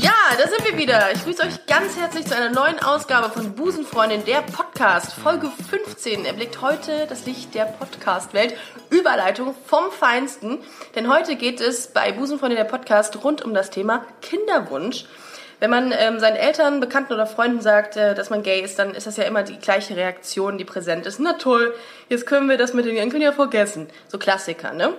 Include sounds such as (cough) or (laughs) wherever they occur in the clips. Ja, da sind wir wieder. Ich grüße euch ganz herzlich zu einer neuen Ausgabe von Busenfreundin, der Podcast. Folge 15 erblickt heute das Licht der Podcast-Welt. Überleitung vom Feinsten. Denn heute geht es bei Busenfreundin, der Podcast rund um das Thema Kinderwunsch. Wenn man ähm, seinen Eltern, Bekannten oder Freunden sagt, äh, dass man gay ist, dann ist das ja immer die gleiche Reaktion, die präsent ist. Na toll, jetzt können wir das mit den Enkeln ja vergessen. So Klassiker, ne?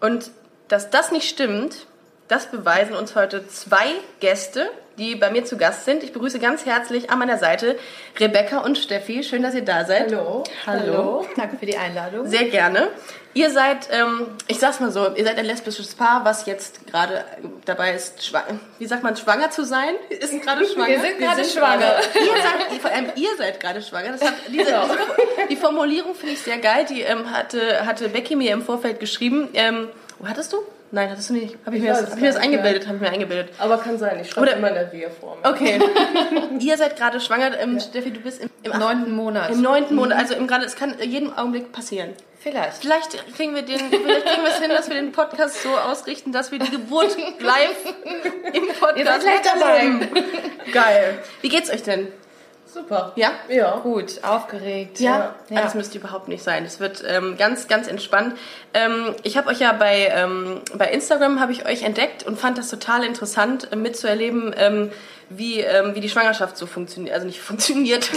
Und dass das nicht stimmt, das beweisen uns heute zwei Gäste, die bei mir zu Gast sind. Ich begrüße ganz herzlich an meiner Seite Rebecca und Steffi. Schön, dass ihr da seid. Hallo. Hallo. Danke für die Einladung. Sehr gerne. Ihr seid, ähm, ich sag's mal so, ihr seid ein lesbisches Paar, was jetzt gerade dabei ist, schwanger, wie sagt man, schwanger zu sein? Ist (laughs) gerade schwanger? Wir sind gerade schwanger. Genau. ihr, seid, vor allem ihr seid gerade schwanger. Das hat, diese, diese, die Formulierung finde ich sehr geil. Die ähm, hatte, hatte Becky mir im Vorfeld geschrieben. Ähm, wo hattest du? Nein, hattest du nicht. Habe ich, mir weiß das- es hab ich mir das gar nicht, eingebildet? Habe ich mir eingebildet. Aber kann sein, ich schreibe Oder- immer in der Wir-Form. (laughs) Okay. ihr seid gerade schwanger. Ähm, Steffi, du bist im, im, achten- Neunten Monat. im neunten Monat. Also im gerade, es kann jeden Augenblick passieren. Vielleicht. Vielleicht kriegen wir den, vielleicht kriegen wir es hin, dass wir den Podcast so ausrichten, dass wir die Geburt live im Ihr seid Podcast gleich dabei. Geil. Wie geht's euch denn? Super. Ja? Ja. Gut, aufgeregt. Ah, Das müsste überhaupt nicht sein. Es wird ähm, ganz, ganz entspannt. Ähm, ich habe euch ja bei, ähm, bei Instagram habe ich euch entdeckt und fand das total interessant äh, mitzuerleben, ähm, wie, ähm, wie die Schwangerschaft so funktioniert. Also nicht (laughs) funktioniert.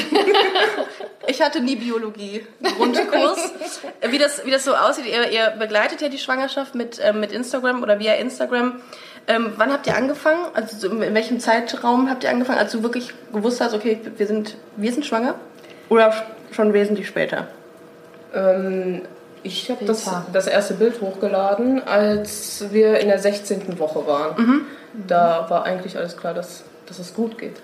ich hatte nie Biologie (laughs) Grundkurs. Äh, wie, das, wie das so aussieht. Ihr, ihr begleitet ja die Schwangerschaft mit, ähm, mit Instagram oder via Instagram. Ähm, wann habt ihr angefangen? Also so in welchem Zeitraum habt ihr angefangen, als du wirklich gewusst hast, okay, wir sind, wir sind schwanger? Oder sch- schon wesentlich später? Ähm, ich habe das, Pizza. das erste Bild hochgeladen, als wir in der 16. Woche waren. Da war eigentlich alles klar, dass, dass es gut geht.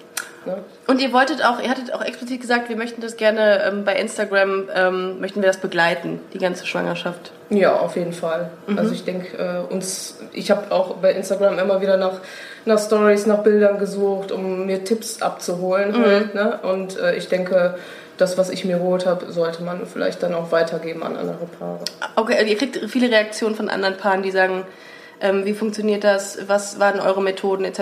Ne? Und ihr wolltet auch, ihr hattet auch explizit gesagt, wir möchten das gerne ähm, bei Instagram, ähm, möchten wir das begleiten, die ganze Schwangerschaft. Ja, auf jeden Fall. Also ich denke, äh, uns, ich habe auch bei Instagram immer wieder nach, nach Stories, nach Bildern gesucht, um mir Tipps abzuholen. Halt, ne? Und äh, ich denke, das, was ich mir geholt habe, sollte man vielleicht dann auch weitergeben an andere Paare. Okay, also ihr kriegt viele Reaktionen von anderen Paaren, die sagen, ähm, wie funktioniert das, was waren eure Methoden etc.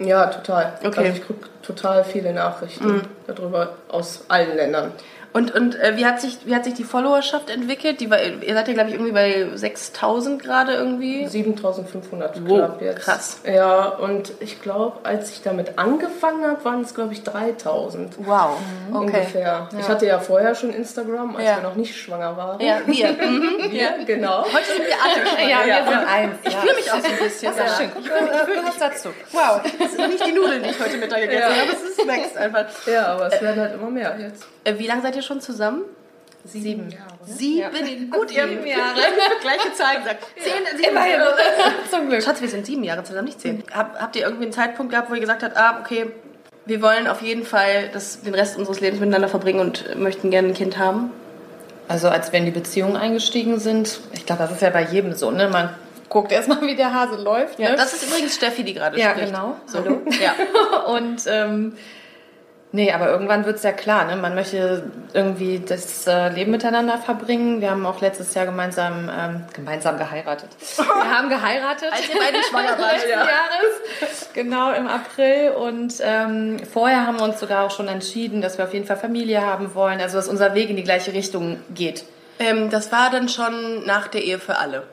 Ja, total. Okay. Also ich kriege total viele Nachrichten darüber aus allen Ländern. Und, und äh, wie, hat sich, wie hat sich die Followerschaft entwickelt? Die war, ihr seid ja, glaube ich, irgendwie bei 6000 gerade irgendwie. 7500 Wow, knapp jetzt. krass. Ja, und ich glaube, als ich damit angefangen habe, waren es, glaube ich, 3000 Wow, ungefähr. Ich hatte ja vorher schon Instagram, als Ja. wir noch nicht schwanger waren. Ja, wir. Mhm. Wir, genau. (laughs) Heute sind wir alle schwanger. Ja, wir sind eins. Ich fühle mich auch so ein bisschen. ja. danach. schön. Guck, du gehörst dazu. Wow. Das sind nicht die Nudeln, die ich heute Mittag gegessen Ja. habe, es ist Snacks einfach. Ja, aber es werden halt immer mehr jetzt. Äh, wie lange seid ihr schon zusammen? Sieben Jahre. Sieben. (laughs) Gut, ihr habt Jahre. gleiche Zahl gesagt. Zehn, sieben Immerhin. (laughs) Jahre. Zum Glück. Schatz, wir sind sieben Jahre zusammen, nicht zehn. Hab, habt ihr irgendwie einen Zeitpunkt gehabt, wo ihr gesagt habt, ah, okay, wir wollen auf jeden Fall das, den Rest unseres Lebens miteinander verbringen und möchten gerne ein Kind haben? Also als wir in die Beziehung eingestiegen sind, ich glaube, das ist ja bei jedem so, ne? Man guckt erstmal, wie der Hase läuft. Ne? Das ist übrigens Steffi, die gerade Ja, spricht. genau. So. Hallo. Ja. (laughs) Und ähm, nee, aber irgendwann wird es ja klar, ne? Man möchte irgendwie das äh, Leben miteinander verbringen. Wir haben auch letztes Jahr gemeinsam ähm, gemeinsam geheiratet. (laughs) Wir haben geheiratet. (laughs) Als ihr beide schwanger wart. letzten Jahres, genau im April. Und ähm, vorher haben wir uns sogar auch schon entschieden, dass wir auf jeden Fall Familie haben wollen, also dass unser Weg in die gleiche Richtung geht. Ähm, das war dann schon nach der Ehe für alle.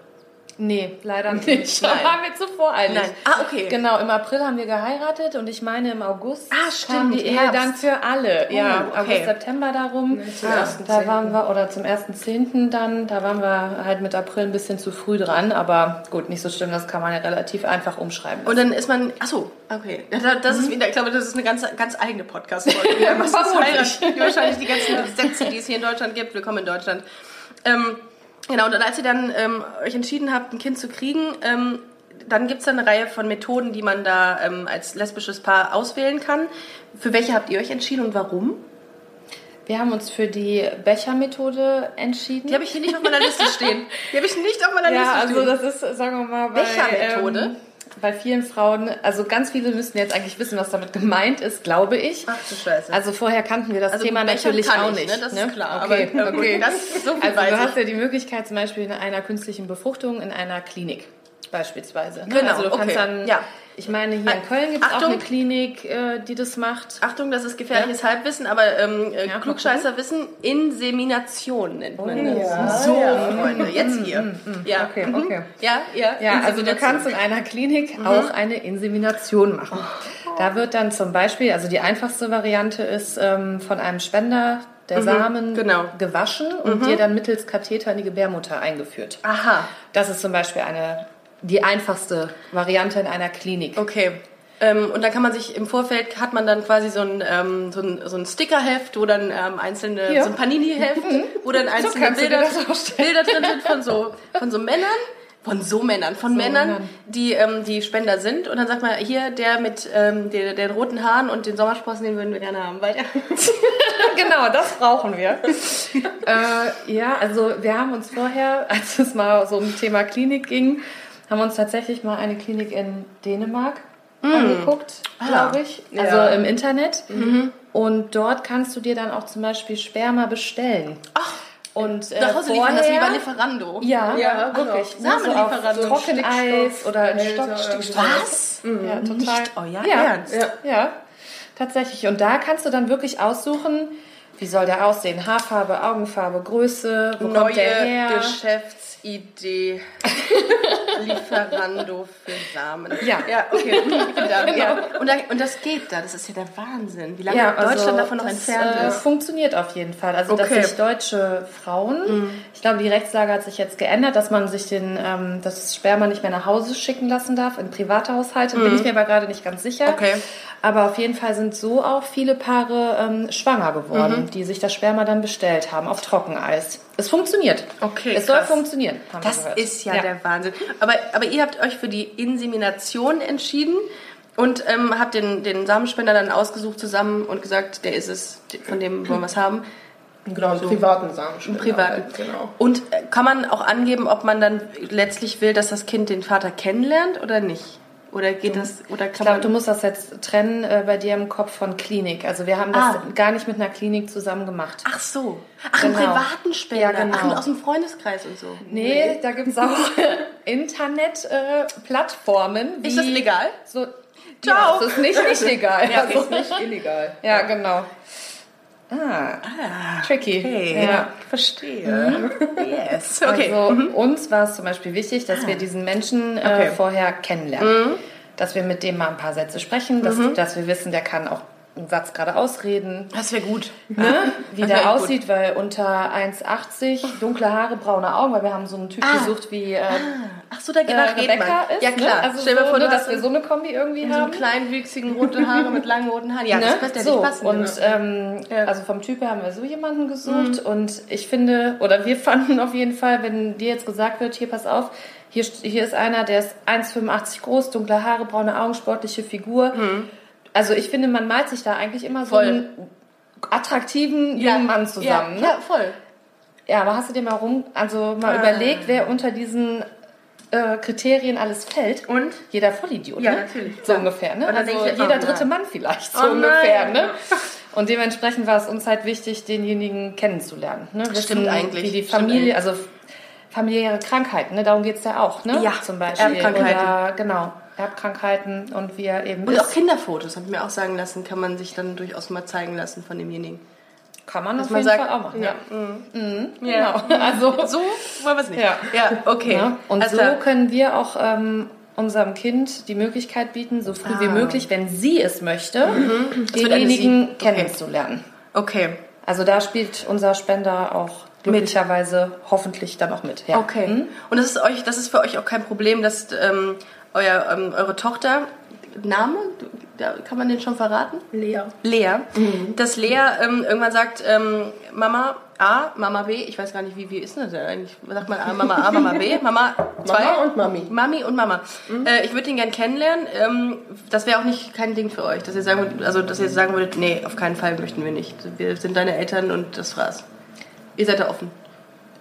Nee, leider nicht. Da Nein. waren wir zu voreilig. Nein. Ah, okay. Genau, im April haben wir geheiratet und ich meine im August Ah, kam stimmt, die Ehe Herbst. Oh, dann für alle. ja, okay. August, September darum. zum Ja, 1.10.. da waren wir, oder zum 1.10. dann, da waren wir halt mit April ein bisschen zu früh dran, aber gut, nicht so schlimm, das kann man ja relativ einfach umschreiben. Und dann ist man, ach so, okay. Ja, da- Das Mhm. ist wieder, ich glaube, das ist eine ganz, ganz eigene Podcast-Folge. (laughs) Ja, Was ist Vermutlich. Heirat? Wahrscheinlich die ganzen Gesetze, die es hier in Deutschland gibt. Willkommen in Deutschland. Ähm, genau, und dann, als ihr dann ähm, euch entschieden habt, ein Kind zu kriegen, ähm, dann gibt es eine Reihe von Methoden, die man da ähm, als lesbisches Paar auswählen kann. Für welche habt ihr euch entschieden und warum? Wir haben uns für die Bechermethode entschieden. Die habe ich hier nicht auf meiner Liste stehen. Die habe ich nicht auf meiner ja, Liste also stehen. das ist, sagen wir mal, bei, Bechermethode? Ähm, bei vielen Frauen, also ganz viele müssen jetzt eigentlich wissen, was damit gemeint ist, glaube ich. Ach du Scheiße. Also vorher kannten wir das Also Thema Becher natürlich kann auch ich, nicht. ne? Das ist klar. Okay, Aber, äh, gut, okay. das ist so viel also weiß du hast ich. ja die Möglichkeit, zum Beispiel in einer künstlichen Befruchtung in einer Klinik beispielsweise. ne? Genau, Also du okay, kannst dann, ja. ich meine, hier in Ah, Köln gibt es auch Achtung. eine Klinik, äh, die das macht. Achtung, das ist gefährliches Halbwissen, aber ähm, äh, Ja, Oh, Klugscheißer wissen, Insemination nennt man das. ja. Mm, So, Freunde, jetzt hier. Ja. Okay, Mhm. okay. Ja, ja. Ja, also du Insemination. kannst in einer Mhm. Klinik auch eine Insemination machen. Oh. Da wird dann zum Beispiel, also die einfachste Variante ist ähm, von einem Spender der Samen genau. gewaschen und dir dann mittels Katheter in die Gebärmutter eingeführt. Aha, Das ist zum Beispiel eine, die einfachste Variante in einer Klinik. (laughs) okay. Ähm, und da kann man sich im Vorfeld, hat man dann quasi so ein, ähm, so ein, so ein Stickerheft, wo dann ähm, einzelne, Ja. Mhm. so ein Panini-Heft, wo dann einzelne kannst du dir Bilder, das vorstellen. Bilder drin sind von so, von so Männern. Von so Männern, von Männern, Männern. die ähm, die Spender sind. Und dann sagt man, hier, der mit ähm, den, den roten Haaren und den Sommersprossen, den würden wir gerne haben. Weil Genau, das brauchen wir. (laughs) äh, ja, also wir haben uns vorher, (laughs) als es mal so um Thema Klinik ging, haben wir uns tatsächlich mal eine Klinik in Dänemark Hm. angeguckt, Ah. glaube ich. Also Ja. im Internet. Mhm. Und dort kannst du dir dann auch zum Beispiel Sperma bestellen. Ach. Und äh, nach Hause liefern vorher, das wie bei Lieferando. ja, Ja, wirklich. genau. ne, Samenlieferanten. So auf Trockeneis oder in Stickstoff- Stock, Stickstoff- Was? Ja, total. Mhm. Nicht euer ja. Ernst? Ja. ja, tatsächlich. Und da kannst du dann wirklich aussuchen, wie soll der aussehen? Haarfarbe, Augenfarbe, Größe, wo kommt der her? (laughs) Geschäftsidee. Lieferando für Samen. Ja. ja okay. Genau. Wieder, (laughs) ja. Und, da, und das geht da, das ist ja der Wahnsinn, wie lange Ja, also Deutschland davon noch das, entfernt äh, ist. funktioniert auf jeden Fall. Also, Okay. dass sich deutsche Frauen, Mhm. ich glaube, die Rechtslage hat sich jetzt geändert, dass man sich den, ähm, das Sperma nicht mehr nach Hause schicken lassen darf, in private Haushalte, bin ich mir aber gerade nicht ganz sicher. Mhm. Okay. Aber auf jeden Fall sind so auch viele Paare ähm, schwanger geworden, Mhm. die sich das Sperma dann bestellt haben auf Trockeneis. Es funktioniert. Okay, Es soll krass. funktionieren. haben wir Das gehört. ist ja, der Wahnsinn. Aber, aber ihr habt euch für die Insemination entschieden und ähm, habt den, den Samenspender dann ausgesucht zusammen und gesagt, der ist es, von dem wollen wir es haben. Genau, einen privaten Samenspender. Privaten. halt, (laughs) Genau. Und äh, kann man auch angeben, ob man dann letztlich will, dass das Kind den Vater kennenlernt oder nicht? Oder geht das, oder Ich kann glaube, du man... musst das jetzt trennen äh, bei dir im Kopf von Klinik. Also wir haben das Ah. gar nicht mit einer Klinik zusammen gemacht. Ach so. Ach, Genau. einen privaten Spender. Ja, genau. Ach, und aus dem Freundeskreis und so. Nee, da gibt es auch (laughs) Internet-Plattformen. Ist das wie- legal? So, Ciao. Ja, das ist nicht, (laughs) nicht legal. ja, Das ist nicht illegal. ja, genau. Ah, tricky. Ja. Mhm. verstehe. (laughs) Yes. Okay. Mhm. Ah. Also uns war es zum Beispiel wichtig, dass wir diesen Menschen äh, vorher Mhm. kennenlernen. Dass wir mit dem mal ein paar Sätze sprechen, dass, dass wir wissen, der kann auch einen Satz gerade ausreden, Das wäre gut. wie wär der gut. aussieht, weil unter 1,80 dunkle Haare, braune Augen, weil wir haben so einen Typ Ah. gesucht wie äh, Ach so, da äh, geht nach redet Rebecca man. ist. Ja, klar. Ne? Also Stell dir so, vor, ne, du dass hast wir einen, so eine Kombi irgendwie so einen haben. kleinwüchsigen rote Haare mit langen roten Haaren. Ja, das Ne? könnte ja Mhm. so, nicht passen. und ähm, also vom Typ her haben wir so jemanden gesucht und ich finde, oder wir (laughs) fanden auf jeden Fall, wenn dir jetzt gesagt wird, hier pass auf, hier, st- hier ist einer, der ist 1,85 groß, dunkle Haare, braune Augen, sportliche Figur. Also ich finde, man malt sich da eigentlich immer Mhm. Voll. so einen attraktiven ja. jungen Mann zusammen. Ja, ne? ja voll. Ja, aber hast du dir mal rum, also mal Ah. überlegt, wer unter diesen äh, Kriterien alles fällt? Und? Jeder Vollidiot, Ja, ne? natürlich, So klar. ungefähr, ne? Und dann Also denk ich, oh jeder nein. dritte Mann vielleicht, so Oh nein. ungefähr, ne? (laughs) Und dementsprechend war es uns halt wichtig, denjenigen kennenzulernen. Ne? Wissen, Stimmt eigentlich. Wie die Stimmt Familie, also familiäre Krankheiten, ne? darum geht's ja auch, ne? Ja, zum Beispiel. Erbkrankheiten. Oder, genau, Erbkrankheiten und wie er eben Und auch ist. Kinderfotos, habe ich mir auch sagen lassen, kann man sich dann durchaus mal zeigen lassen von demjenigen. Kann man auf man jeden sagt, Fall auch machen, ja. Ja. Genau. (laughs) Also, So wollen wir es nicht. Ja. ja okay. Ja, Ne? und Also so da- können wir auch ähm, unserem Kind die Möglichkeit bieten, so früh Ah. wie möglich, wenn sie es möchte, Mhm. eine denjenigen Sie. kennenzulernen. okay. Also da spielt unser Spender auch glücklicherweise hoffentlich dann auch mit. Ja. Hm? Okay. Hm? Und das ist euch, das ist für euch auch kein Problem, dass ähm, euer, ähm, eure Tochter Name? Du- da kann man den schon verraten? Lea. Mhm. Lea, dass Lea ähm, irgendwann sagt, ähm, Mama A, Mama B, ich weiß gar nicht, wie, wie ist das denn eigentlich? Sagt man A, Mama A, Mama (laughs) B, Mama 2? Mama und Mami. Mhm. Mami und Mama. Äh, ich würde ihn gern kennenlernen. Ähm, das wäre auch nicht kein Ding für euch, dass ihr sagen würdet, also dass ihr sagen würdet, nee, auf keinen Fall möchten wir nicht. Wir sind deine Eltern und das war's. Ihr seid da offen.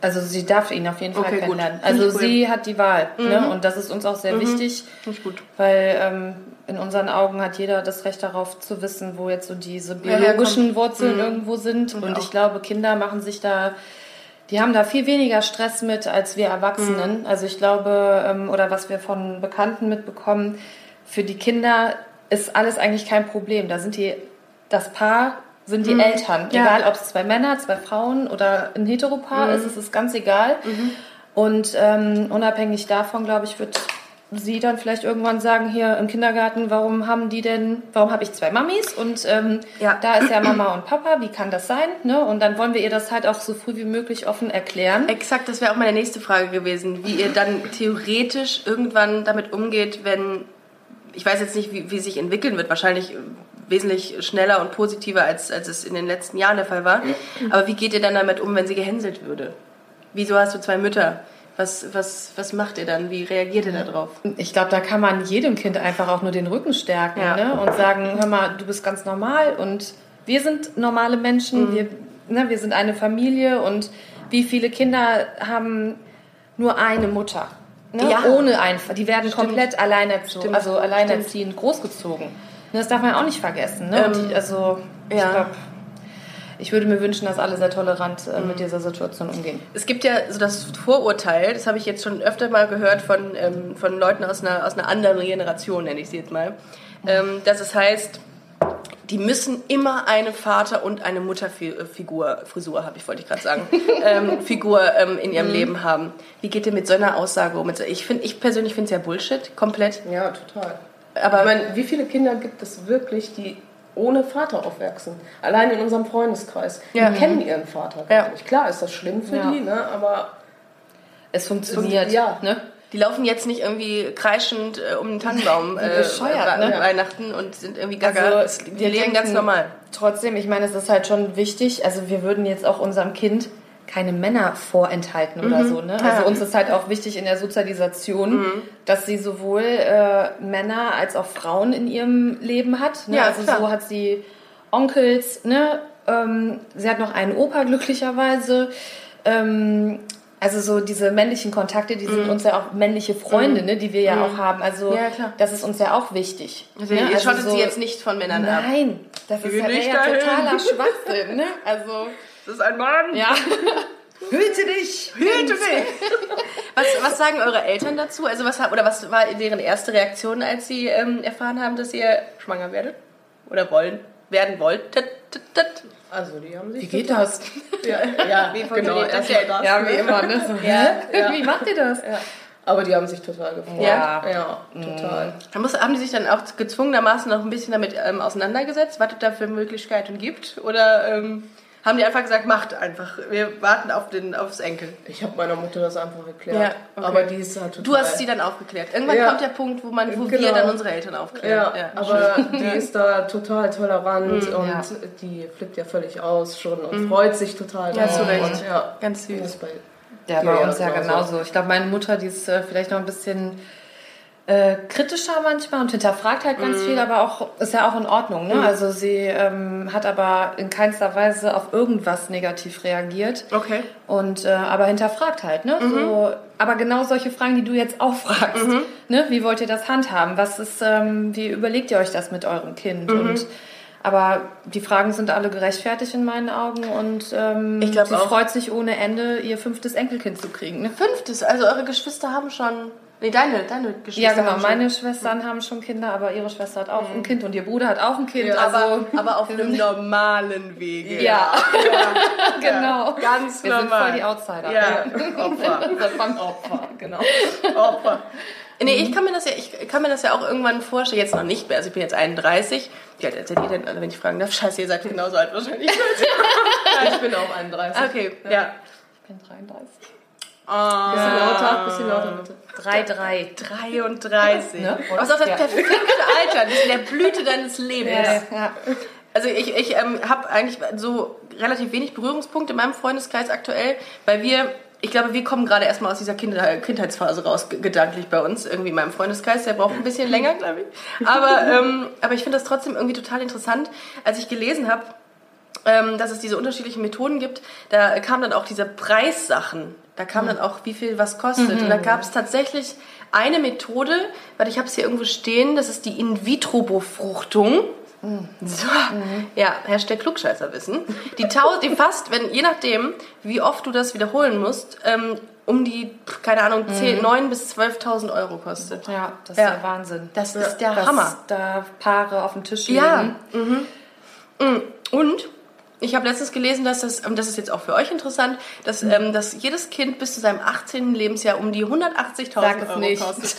Also sie darf ihn auf jeden Fall Okay, gut. kennenlernen. Finde Also ich cool. Mhm. sie hat die Wahl. Ne? Und das ist uns auch sehr wichtig, Nicht gut. weil ähm, in unseren Augen hat jeder das Recht darauf zu wissen, wo jetzt so diese Wer herkommt. biologischen Wurzeln irgendwo sind. Und, Mhm. auch. ich glaube, Kinder machen sich da, die haben da viel weniger Stress mit als wir Erwachsenen. Mhm. Also ich glaube, ähm, oder was wir von Bekannten mitbekommen, für die Kinder ist alles eigentlich kein Problem. Da sind die, das Paar sind die Eltern. Mhm. Ja. Mhm. Egal, ob es zwei Männer, zwei Frauen oder ein Heteropaar ist, es ist ganz egal. Und ähm, unabhängig davon, glaube ich, wird sie dann vielleicht irgendwann sagen, hier im Kindergarten, warum haben die denn, warum habe ich zwei Mamis und ähm, Ja. da ist ja Mama und Papa, wie kann das sein? Ne? Und dann wollen wir ihr das halt auch so früh wie möglich offen erklären. Exakt, das wäre auch meine nächste Frage gewesen, wie ihr dann theoretisch irgendwann damit umgeht, wenn, ich weiß jetzt nicht, wie, wie es sich entwickeln wird, wahrscheinlich äh, wesentlich schneller und positiver, als, als es in den letzten Jahren der Fall war, aber wie geht ihr dann damit um, wenn sie gehänselt würde? Wieso hast du zwei Mütter? Was, was, was macht ihr dann? Wie reagiert ihr da darauf? Ich glaube, da kann man jedem Kind einfach auch nur den Rücken stärken Ja. ne? und sagen, hör mal, du bist ganz normal und wir sind normale Menschen, Mhm. wir, ne, wir sind eine Familie und wie viele Kinder haben nur eine Mutter? Ne? Ja. Ohne einfach, die werden komplett alleinerzogen, Stimmt. also alleinerziehend großgezogen. Ne, das darf man auch nicht vergessen. Ne? Ähm, die, also ich ja. glaube, ich würde mir wünschen, dass alle sehr tolerant äh, Mhm. mit dieser Situation umgehen. Es gibt ja so das Vorurteil, das habe ich jetzt schon öfter mal gehört von, ähm, von Leuten aus einer, aus einer anderen Generation, nenne ich sie jetzt mal, ähm, dass es heißt, die müssen immer eine Vater- und eine Mutterfigur, Frisur, habe ich, wollte ich gerade (laughs) sagen, ähm, Figur ähm, in Mhm. ihrem Leben haben. Wie geht ihr mit so einer Aussage um? Ich, find, ich persönlich finde es ja Bullshit, komplett. Ja, total. Aber Ich meine, wie viele Kinder gibt es wirklich, die ohne Vater aufwachsen? Allein in unserem Freundeskreis. Ja. Die kennen ihren Vater gar Ja. nicht. Klar ist das schlimm für Ja. die, ne? aber Es funktioniert. Ja. Ne? die laufen jetzt nicht irgendwie kreischend äh, um den Tannenbaum äh, bescheuert, bei- ne? Weihnachten und sind irgendwie gaga. Also, Es- die wir leben ganz denken- normal. Trotzdem, ich meine, es ist halt schon wichtig. Also wir würden jetzt auch unserem Kind keine Männer vorenthalten oder so. Ne? Mhm. Ja. Mhm. Also uns ist halt auch wichtig in der Sozialisation, dass sie sowohl äh, Männer als auch Frauen in ihrem Leben hat. Ne? Ja, also klar. so hat sie Onkels, ne? ähm, sie hat noch einen Opa glücklicherweise. Ähm, also so diese männlichen Kontakte, die sind uns ja auch männliche Freunde, ne, die wir ja auch haben. Also Mhm. Ja, klar. das ist uns ja auch wichtig. Also, ne? ihr also schottet sie jetzt nicht von Männern ab. Nein, das ist Geh ja, wär nicht ja dahin. totaler Schwachsinn, ne? Also, Das ist ein Mann. ja. Hüte dich! (laughs) Hüte dich! Was, was sagen eure Eltern dazu? Also was, ha- oder was war deren erste Reaktion, als sie ähm, erfahren haben, dass ihr schwanger werdet? Oder wollen? Werden wollt? Tat, tat, tat. also die haben sich. Wie geht das? Ja, ja Wie genau. funktioniert das erstmal denn? das, Ja, ne? wie immer, ne? (laughs) So, hä? Wie macht ihr das? Aber die haben sich total gefreut. Ja. Ja, total. Da muss, haben die sich dann auch gezwungenermaßen noch ein bisschen damit ähm, auseinandergesetzt, was es da für Möglichkeiten gibt? Oder ähm, haben die einfach gesagt, macht einfach, wir warten auf den, aufs Enkel? Ich habe meiner Mutter das einfach erklärt. Ja, okay. Aber die ist halt total. Du hast sie dann aufgeklärt. Irgendwann Ja. kommt der Punkt, wo, man, wo wir Genau. dann unsere Eltern aufklären. Ja, aber (laughs) die ist da total Mhm. tolerant und ja. die flippt ja völlig aus schon und freut sich total. Ja, zu drauf Recht. Und, ja. Ganz süß. Das ist bei- Ja, bei Ja, uns ja genauso. genauso. Ich glaube, meine Mutter, die ist äh, vielleicht noch ein bisschen äh, kritischer manchmal und hinterfragt halt ganz viel, aber auch ist ja auch in Ordnung. Ne? Also sie ähm, hat aber in keinster Weise auf irgendwas negativ reagiert. Okay. Und äh, aber hinterfragt halt, ne? So, aber genau solche Fragen, die du jetzt auch fragst, ne? Wie wollt ihr das handhaben? Was ist, ähm, wie überlegt ihr euch das mit eurem Kind? Und aber die Fragen sind alle gerechtfertigt in meinen Augen und ähm, Ich glaub sie auch. freut sich ohne Ende, ihr fünftes Enkelkind zu kriegen. Ne? Fünftes, also eure Geschwister haben schon. Nee, deine, deine Geschwister. Ja, genau. haben schon- Meine Schwestern haben schon Kinder, aber ihre Schwester hat auch ein Kind und ihr Bruder hat auch ein Kind. Mhm. Aber, (laughs) also, aber auf einem normalen Wege. ja, (laughs) genau. Ganz Wir sind voll normal. die Outsider. ja, (laughs) Opfer. Unser (laughs) Fangopfer, genau. Opfer. Nee, ich kann, mir das ja, ich kann mir das ja auch irgendwann vorstellen. Jetzt noch nicht mehr. Also ich bin jetzt 31. Wie alt seid ihr denn alle, wenn ich fragen darf? Scheiße, ihr seid genauso (laughs) alt wahrscheinlich. Ich bin auch 31. Okay, ja. Ich bin 33. Ah. Bisschen lauter, bisschen lauter bitte. 3-3. 33. Ne? Aber es ist auch das Ja. perfekte Alter, das ist in der Blüte deines Lebens. Ja. Also ich, ich ähm, habe eigentlich so relativ wenig Berührungspunkte in meinem Freundeskreis aktuell, weil wir, ich glaube, wir kommen gerade erstmal aus dieser Kinder Kindheitsphase raus, ge- gedanklich bei uns, irgendwie in meinem Freundeskreis. Der braucht ein bisschen länger, glaube ich. Aber, ähm, aber ich finde das trotzdem irgendwie total interessant, als ich gelesen habe, ähm, dass es diese unterschiedlichen Methoden gibt. Da kam dann auch diese Preissachen. Da kam Mhm. dann auch, wie viel was kostet. Und da gab es tatsächlich eine Methode, weil ich habe es hier irgendwo stehen, das ist die In-vitro-Befruchtung. Mhm. So, ja, Hashtag Klugscheißerwissen. Die, tau die fast, wenn, je nachdem, wie oft du das wiederholen musst, ähm, um die, pf, keine Ahnung, 10, 9.000 bis 12.000 Euro kostet. Mhm. ja, das ist Ja. der Wahnsinn. Das ist der Dass Hammer. da Paare auf dem Tisch liegen. Ja. Mhm. Mhm. Und ich habe letztens gelesen, dass das, ähm, das ist jetzt auch für euch interessant, dass, Mhm. ähm, dass jedes Kind bis zu seinem 18. Lebensjahr um die 180.000 Sag es Euro nicht. (laughs) kostet.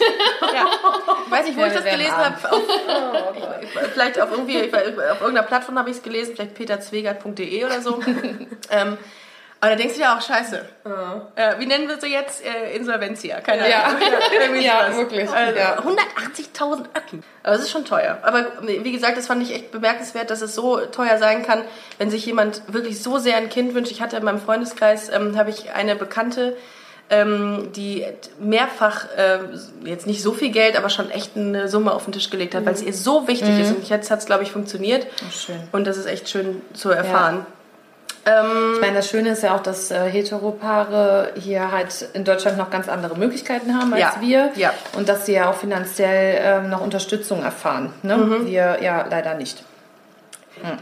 ja. Ich weiß nicht, wo Ja, ich wir das werden gelesen arm. (laughs) Oh habe. Vielleicht auf, irgendwie, ich weiß, auf irgendeiner Plattform habe ich es gelesen, vielleicht peterzwegert.de oder (laughs) so. ähm, aber da denkst du dir auch, scheiße. Äh, wie nennen wir sie jetzt? Äh, Insolvenzia. Keine Ahnung. Ja. Irgendwie Ja, sowas. wirklich. Also, Ja. 180.000 Öcken. Aber es ist schon teuer. Aber wie gesagt, das fand ich echt bemerkenswert, dass es so teuer sein kann, wenn sich jemand wirklich so sehr ein Kind wünscht. Ich hatte in meinem Freundeskreis, ähm, habe ich eine Bekannte, ähm, die mehrfach, ähm, jetzt nicht so viel Geld, aber schon echt eine Summe auf den Tisch gelegt hat, weil es ihr so wichtig ist. Und jetzt hat es, glaube ich, funktioniert. Mhm. Schön. Und das ist echt schön zu erfahren. Ich meine, das Schöne ist ja auch, dass äh, Heteropaare hier halt in Deutschland noch ganz andere Möglichkeiten haben als Ja, wir. ja. Und dass sie ja auch finanziell ähm, noch Unterstützung erfahren. Ne? Mhm. Wir ja leider nicht.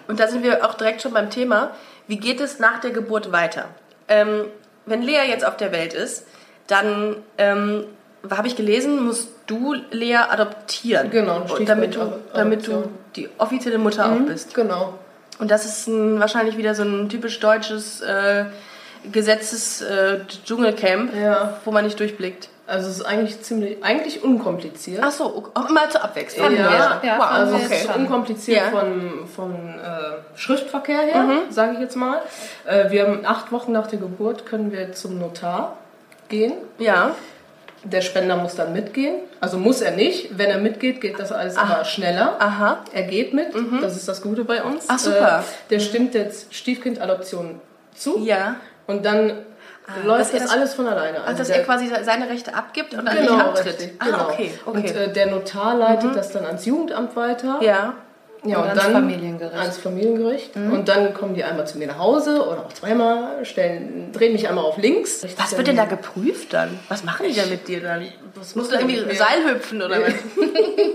Und da sind wir auch direkt schon beim Thema. Wie geht es nach der Geburt weiter? Ähm, wenn Lea jetzt auf der Welt ist, dann ähm, habe ich gelesen, musst du Lea adoptieren. Genau, und damit du, Stiefmütter- damit du Adoption. die offizielle Mutter auch bist. Genau. Und das ist ein, wahrscheinlich wieder so ein typisch deutsches äh, Gesetzes äh, Dschungelcamp, Ja. wo man nicht durchblickt. Also es ist eigentlich ziemlich, eigentlich unkompliziert. Ach so, okay. auch immer zur Abwechslung. Fanden Ja, wir. Ja, wow, fanden also wir es ist jetzt schon. unkompliziert Ja. Mhm. von, von äh, Schriftverkehr her, sage ich jetzt mal. Äh, wir haben acht Wochen nach der Geburt können wir zum Notar gehen. Ja. Der Spender muss dann mitgehen. Also muss er nicht. Wenn er mitgeht, geht das alles aber schneller. Aha. Mhm. Er geht mit. Das ist das Gute bei uns. Ach, super. Äh, der stimmt jetzt Stiefkind-Adoption zu. Ja. Und dann dass läuft er das das- alles von alleine. Also, dass der- er quasi seine Rechte abgibt und dann Genau, nicht abtritt. richtig, ah, genau. okay, okay. Mhm. Und äh, der Notar leitet das dann ans Jugendamt weiter. ja. Ja, Und und, ans dann Familiengericht. Ans Familiengericht. Mhm. Und dann kommen die einmal zu mir nach Hause oder auch zweimal, stellen, drehen mich einmal auf links. Was wird denn da geprüft dann? Was machen die denn mit dir dann? Das Musst du irgendwie Seil hüpfen oder (laughs) was?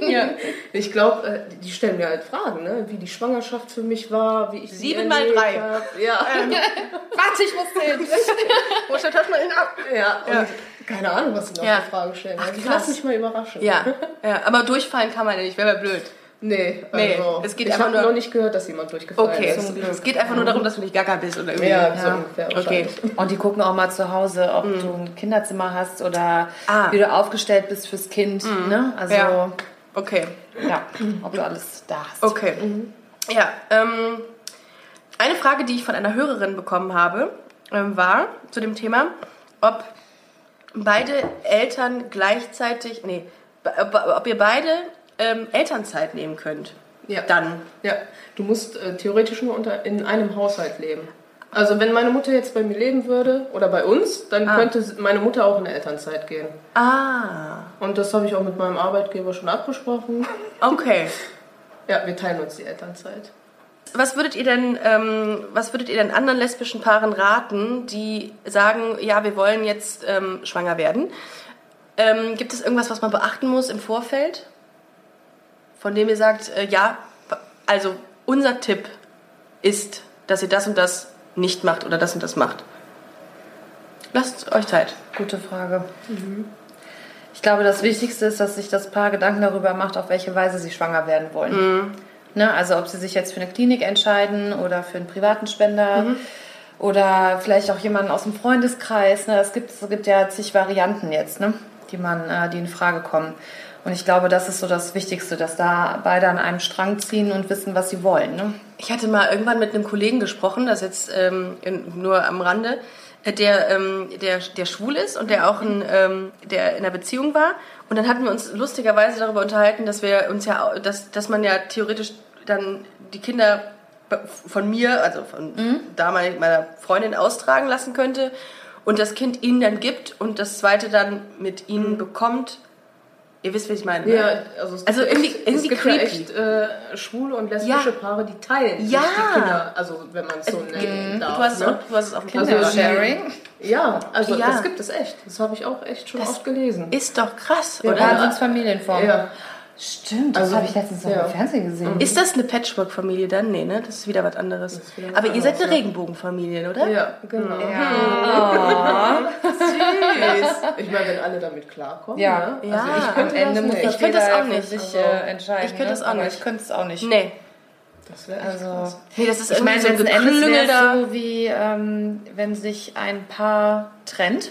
ja. Ich glaube, die stellen mir halt Fragen, ne? wie die Schwangerschaft für mich war, wie ich sie Sieben mal erlebt drei. hab. (laughs) Ja. Warte, ich muss hin. Wo ist der Taschenrechner ab? Ah. ja. Und keine Ahnung, was sie noch Ja. für Fragen stellen. Ach, Also ich krass. lasse mich mal überraschen. Ja, ja, aber durchfallen kann man ja nicht, wäre ja blöd. Nee, Nee, also, es geht ich einfach habe nur- noch nicht gehört, dass jemand durchgefallen Okay, ist. es geht einfach nur darum, dass du nicht gaga bist oder irgendwie. Ja, so Ja. ungefähr Okay. wahrscheinlich. Und die gucken auch mal zu Hause, ob du ein Kinderzimmer hast oder Mhm. Ah. Mhm. wie du aufgestellt bist fürs Kind. Ne? Also, Ja. Oh, ja. Okay, ob du alles da hast. okay. Mhm. Ja, ähm, eine Frage, die ich von einer Hörerin bekommen habe, ähm, war zu dem Thema, ob beide Eltern gleichzeitig, nee, ob, ob ihr beide ähm, Elternzeit nehmen könnt. Ja. Dann. Ja, du musst äh, theoretisch nur unter, in einem Haushalt leben. Also wenn meine Mutter jetzt bei mir leben würde oder bei uns, dann könnte s- meine Mutter auch in der Elternzeit gehen. Ah, Und das habe ich auch mit meinem Arbeitgeber (laughs) schon abgesprochen. okay. Ja, wir teilen uns die Elternzeit. Was würdet ihr denn, ähm, was würdet ihr denn anderen lesbischen Paaren raten, die sagen, ja, wir wollen jetzt ähm, schwanger werden? Ähm, gibt es irgendwas, was man beachten muss im Vorfeld? Von dem ihr sagt, äh, ja, also unser Tipp ist, dass ihr das und das nicht macht oder das und das macht. Lasst euch Zeit. Gute Frage. Ich glaube, das Wichtigste ist, dass sich das Paar Gedanken darüber macht, auf welche Weise sie schwanger werden wollen. Mhm. Ne? Also ob sie sich jetzt für eine Klinik entscheiden oder für einen privaten Spender Mhm. oder vielleicht auch jemanden aus dem Freundeskreis. Ne? Es, gibt, es gibt ja zig Varianten jetzt, ne? die, man, äh, die in Frage kommen. Und ich glaube, das ist so das Wichtigste, dass da beide an einem Strang ziehen und wissen, was sie wollen. Ne? Ich hatte mal irgendwann mit einem Kollegen gesprochen, das jetzt ähm, in, nur am Rande, äh, der, ähm, der, der schwul ist und der auch in, ähm, der in einer Beziehung war. Und dann hatten wir uns lustigerweise darüber unterhalten, dass wir uns ja, au- dass, dass man ja theoretisch dann die Kinder be- von mir, also von Mhm. damalig meiner Freundin austragen lassen könnte und das Kind ihnen dann gibt und das zweite dann mit ihnen bekommt. Ihr wisst, wie ich meine. ne? Mhm. Ja, also, es Also gibt irgendwie- echt, irgendwie es gibt ja creepy. echt äh, schwule und lesbische Ja. Paare, die teilen Ja. mhm. sich die Kinder, also wenn man es so nennen darf. Du hast, es ne? auch, du hast es auf dem Also, Kinder- Sharing. Ja, also Ja. das gibt es echt. Das habe ich auch echt schon oft gelesen. Ist doch krass, Ja. oder? Wahnsinnsfamilienform. Ja. Stimmt, das Also, habe ich letztens noch ja. Mhm. im Fernsehen gesehen. Ist das eine Patchwork-Familie dann? Nee, ne? Das ist wieder was anderes. wieder was Aber ihr seid eine Regenbogenfamilie, oder? ja, genau. Ich meine, wenn alle damit klarkommen. Ja. ne? Ja. Also ich könnte Am Ende das muss nicht. Ich könnte das jeder auch für nicht. Sich, Also, äh, entscheiden, ich könnte das ne? auch Aber nicht. Ich könnte es auch nicht. Nee. Das wäre echt Also, krass. Nee, das ist ich irgendwie meine, so ein letzten Endes Geklüngel wäre da. es so wie, ähm, wenn sich ein Paar trennt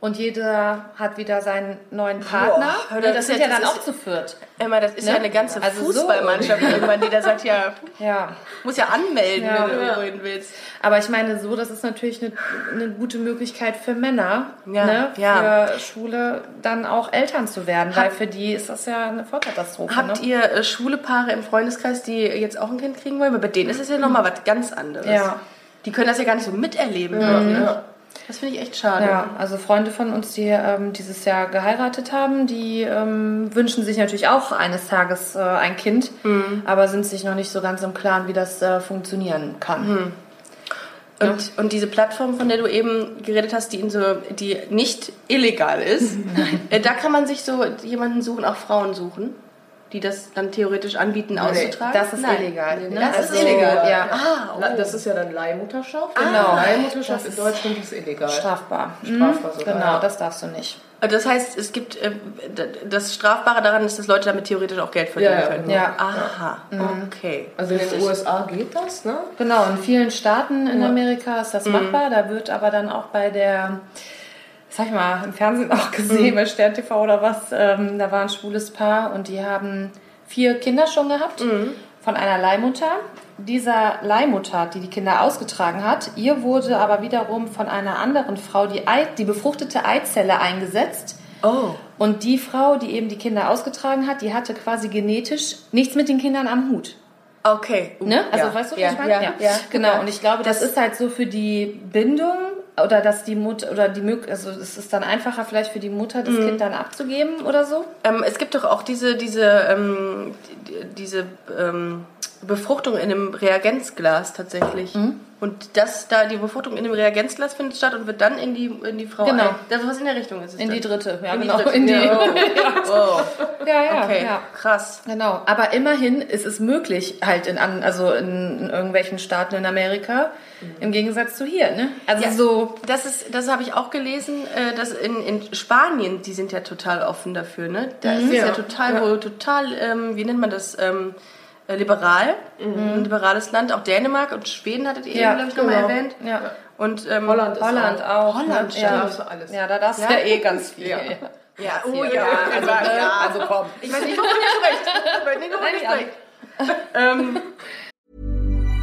und jeder hat wieder seinen neuen Partner. hör Ne, doch, das das sind ist- ja dann das auch ist- zu viert. Emma, das ist Ne? ja eine ganze Also so Fußballmannschaft irgendwann, die da sagt, ja, Ja. muss ja anmelden, Ja. wenn du irgendwo hin willst. Aber ich meine, so, das ist natürlich eine, eine gute Möglichkeit für Männer, Ja, ne? ja. für Schwule dann auch Eltern zu werden, weil für die ist das ja eine Vollkatastrophe. Habt ne? ihr äh, schwule Paare im Freundeskreis, die jetzt auch ein Kind kriegen wollen? Weil bei denen ist es ja nochmal was ganz anderes. Ja. Die können das ja gar nicht so miterleben. irgendwie. Das finde ich echt schade. Ja, also Freunde von uns, die ähm, dieses Jahr geheiratet haben, die ähm, wünschen sich natürlich auch eines Tages äh, ein Kind, aber sind sich noch nicht so ganz im Klaren, wie das äh, funktionieren kann. Und, und diese Plattform, von der du eben geredet hast, die, in so, die nicht illegal (laughs) ist, äh, da kann man sich so jemanden suchen, auch Frauen suchen, die das dann theoretisch anbieten, auszutragen. Also, Das ist Nein. illegal. Ne? Das ist illegal. Ja, Ah, La- Das ist ja dann Leihmutterschaft. Genau. Leihmutterschaft Das in Deutschland ist illegal. strafbar. Strafbar sogar. Genau, das darfst du nicht. Also Das heißt, es gibt äh, d- das Strafbare daran ist, dass Leute damit theoretisch auch Geld verdienen Ja, ja, können. genau. Ja. Aha, okay. Also in den USA geht das, ne? Genau, in vielen Staaten in Amerika ist das machbar. Da wird aber dann auch bei der, das habe ich mal im Fernsehen (laughs) auch gesehen, bei Stern TV oder was, ähm, da war ein schwules Paar und die haben vier Kinder schon gehabt von einer Leihmutter. Dieser Leihmutter, die die Kinder ausgetragen hat, ihr wurde aber wiederum von einer anderen Frau die, Ei, die befruchtete Eizelle eingesetzt. Oh. Und die Frau, die eben die Kinder ausgetragen hat, die hatte quasi genetisch nichts mit den Kindern am Hut. Okay. Ne? Also Ja. weißt du, was ja. ich meine? Ja. Ja. Genau, Ja. und ich glaube, das, Das- ist halt so für die Bindung oder dass die Mutter oder die Mög also es ist dann einfacher vielleicht für die Mutter, das Kind dann abzugeben oder so. Ähm, es gibt doch auch diese, diese, ähm, die- diese ähm, Befruchtung in einem Reagenzglas tatsächlich. Mhm. Und das, da die Befruchtung in dem Reagenzglas findet statt und wird dann in die, in die Frau. Genau. Ein. Das, was in der Richtung ist. es In dann. die dritte, ja, In die genau. dritte. In die, Ja, (laughs) ja, oh. oh. ja, Okay, ja. krass. Genau, aber immerhin ist es möglich, halt in, an, also in, in irgendwelchen Staaten in Amerika, im Gegensatz zu hier, ne? Also Ja. so, Das ist, das habe ich auch gelesen, äh, dass in, in Spanien, die sind ja total offen dafür, ne? Da ist es ja, Ja. total, wohl total, ähm, wie nennt man das, ähm, äh, liberal, ein liberales Land. Auch Dänemark und Schweden hattet ihr Ja, eben, glaube ich, nochmal genau. erwähnt. ja. Und ähm, Holland ist Holland auch. Holland, ne? stimmt. ja. Darfst du alles. ja, da darfst du ja. eh ganz viel. Ja. Ja, oh Ja, ja. also, ne? Äh, also komm. äh, Ich weiß nicht, wovon ihr sprecht. Ich weiß nicht, wovon ihr Nein, sprecht. (laughs) ähm,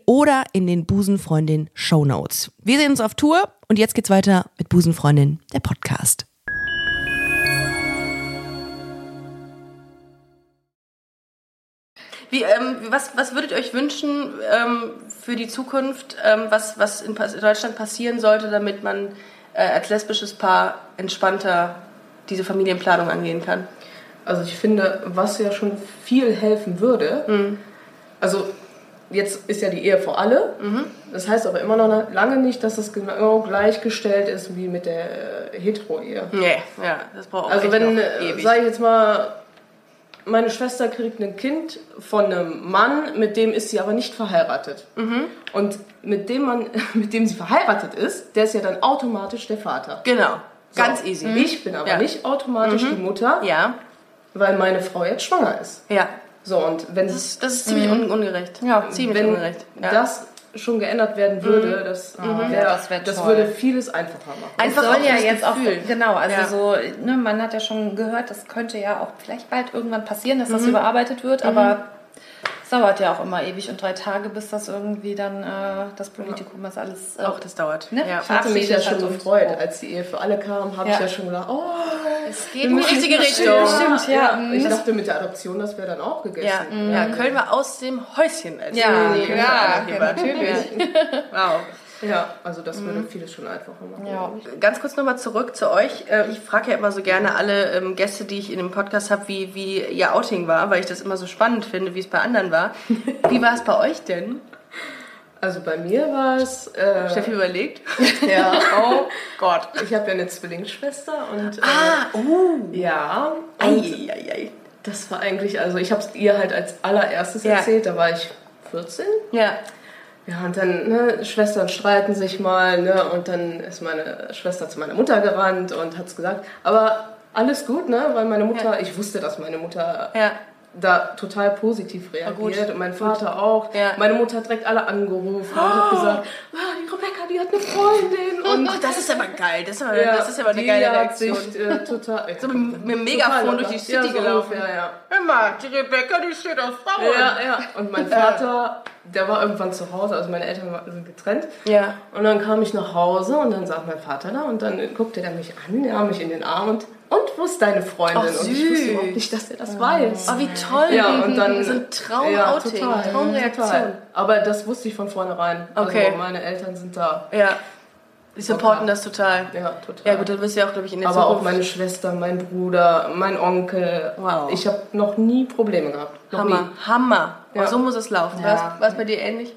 oder in den Busenfreundin Shownotes. Wir sehen uns auf Tour und jetzt geht's weiter mit Busenfreundin, der Podcast. Wie, ähm, was, was würdet ihr euch wünschen ähm, für die Zukunft, ähm, was, was in Pas- Deutschland passieren sollte, damit man äh, als lesbisches Paar entspannter diese Familienplanung angehen kann? Also ich finde, was ja schon viel helfen würde, Mhm. also jetzt ist ja die Ehe für alle, Mhm. das heißt aber immer noch lange nicht, dass es genau gleichgestellt ist wie mit der äh, Hetero-Ehe. Nee, ja, das braucht auch Also Mhm. echt wenn, noch äh, ewig. sag ich jetzt mal, meine Schwester kriegt ein Kind von einem Mann, mit dem ist sie aber nicht verheiratet. Mhm. Und mit dem Mann, (laughs) mit dem sie verheiratet ist, der ist ja dann automatisch der Vater. Genau, So. ganz easy. Ich bin aber Ja. Mhm. nicht automatisch die Mutter, Ja, weil meine Frau jetzt schwanger ist. ja. So, und wenn Das ist, das ist ziemlich un ungerecht. Mhm. Ja, ziemlich wenn ungerecht. Ja. das schon geändert werden würde, das, wär, das das, wär toll. würde vieles einfacher machen. Einfach soll auch ja das jetzt Gefühl. auch genau, also Ja. so, ne, man hat ja schon gehört, das könnte ja auch vielleicht bald irgendwann passieren, dass Mhm. das überarbeitet wird, aber es dauert ja auch immer ewig und drei Tage, bis das irgendwie dann äh, das Politikum das alles äh, auch das dauert. Ne? Ja. Ich Ich hatte mich ja verabschiedet schon hat und- gefreut, als die Ehe für alle kam, habe Ja. ich ja schon gedacht, oh, es geht in die richtige Richtung. Stimmt, ja. Ja, ich dachte, mit der Adoption, das wäre dann auch gegessen. Mhm. Ja, mhm. ja, Köln war aus dem Häuschen. Als Ja, wir die ja, Kinderanlage ja, waren. natürlich. Wow. Ja, also das würde vieles schon einfacher machen. Ja. Ganz kurz nochmal zurück zu euch. Äh, Ich frage ja immer so gerne alle ähm, Gäste, die ich in dem Podcast habe, wie, wie ihr Outing war, weil ich das immer so spannend finde, wie es bei anderen (laughs) war. Wie war es bei euch denn? Also bei mir war es, äh, Steffi überlegt. (laughs) ja, Oh Gott. ich habe ja eine Zwillingsschwester und äh, Ah, oh. ja, und Eieiei. das war eigentlich, also ich habe es ihr halt als allererstes Ja. erzählt, da war ich 14. Ja. Ja, und dann, ne, Schwestern streiten sich mal, ne, und dann ist meine Schwester zu meiner Mutter gerannt und hat's gesagt. Aber alles gut, ne, weil meine Mutter, ich wusste, dass meine Mutter Ja. da total positiv reagiert und mein Vater auch. Ja. Oh. Meine Mutter hat direkt alle angerufen und hat gesagt, ah, die Rebecca, die hat eine Freundin und Ach, das ist aber geil. Oh Das ist aber, das ist aber eine die geile hat Reaktion. Sich, äh, total, So mit, mit dem Megafon durch die City ja, so gelaufen. ungefähr, ja. Immer, die Rebecca, die steht auf Frauen. Ja, ja. (laughs) Und mein Vater, der war irgendwann zu Hause, also meine Eltern waren- sind getrennt. Ja. Und dann kam ich nach Hause und dann saß mein Vater da und dann guckte er mich an, nahm mich in den Arm und, und wo ist deine Freundin? Ach, und ich wusste süß. überhaupt nicht, dass er das weiß. Oh, wie toll. Ja, und dann. so ein ja, Traum-Outing, total, Traumreaktion. total. Aber das wusste ich von vornherein. Okay. Also meine Eltern sind da. Ja, die supporten das total. Ja, total. Ja gut, dann müssen wir auch, glaube ich, in der aber auch Zukunft... meine Schwester, mein Bruder, mein Onkel. Wow. Ich habe noch nie Probleme gehabt. Noch Hammer, Nie. Hammer. Ja. So muss es laufen. Ja. War es- War es bei dir ähnlich?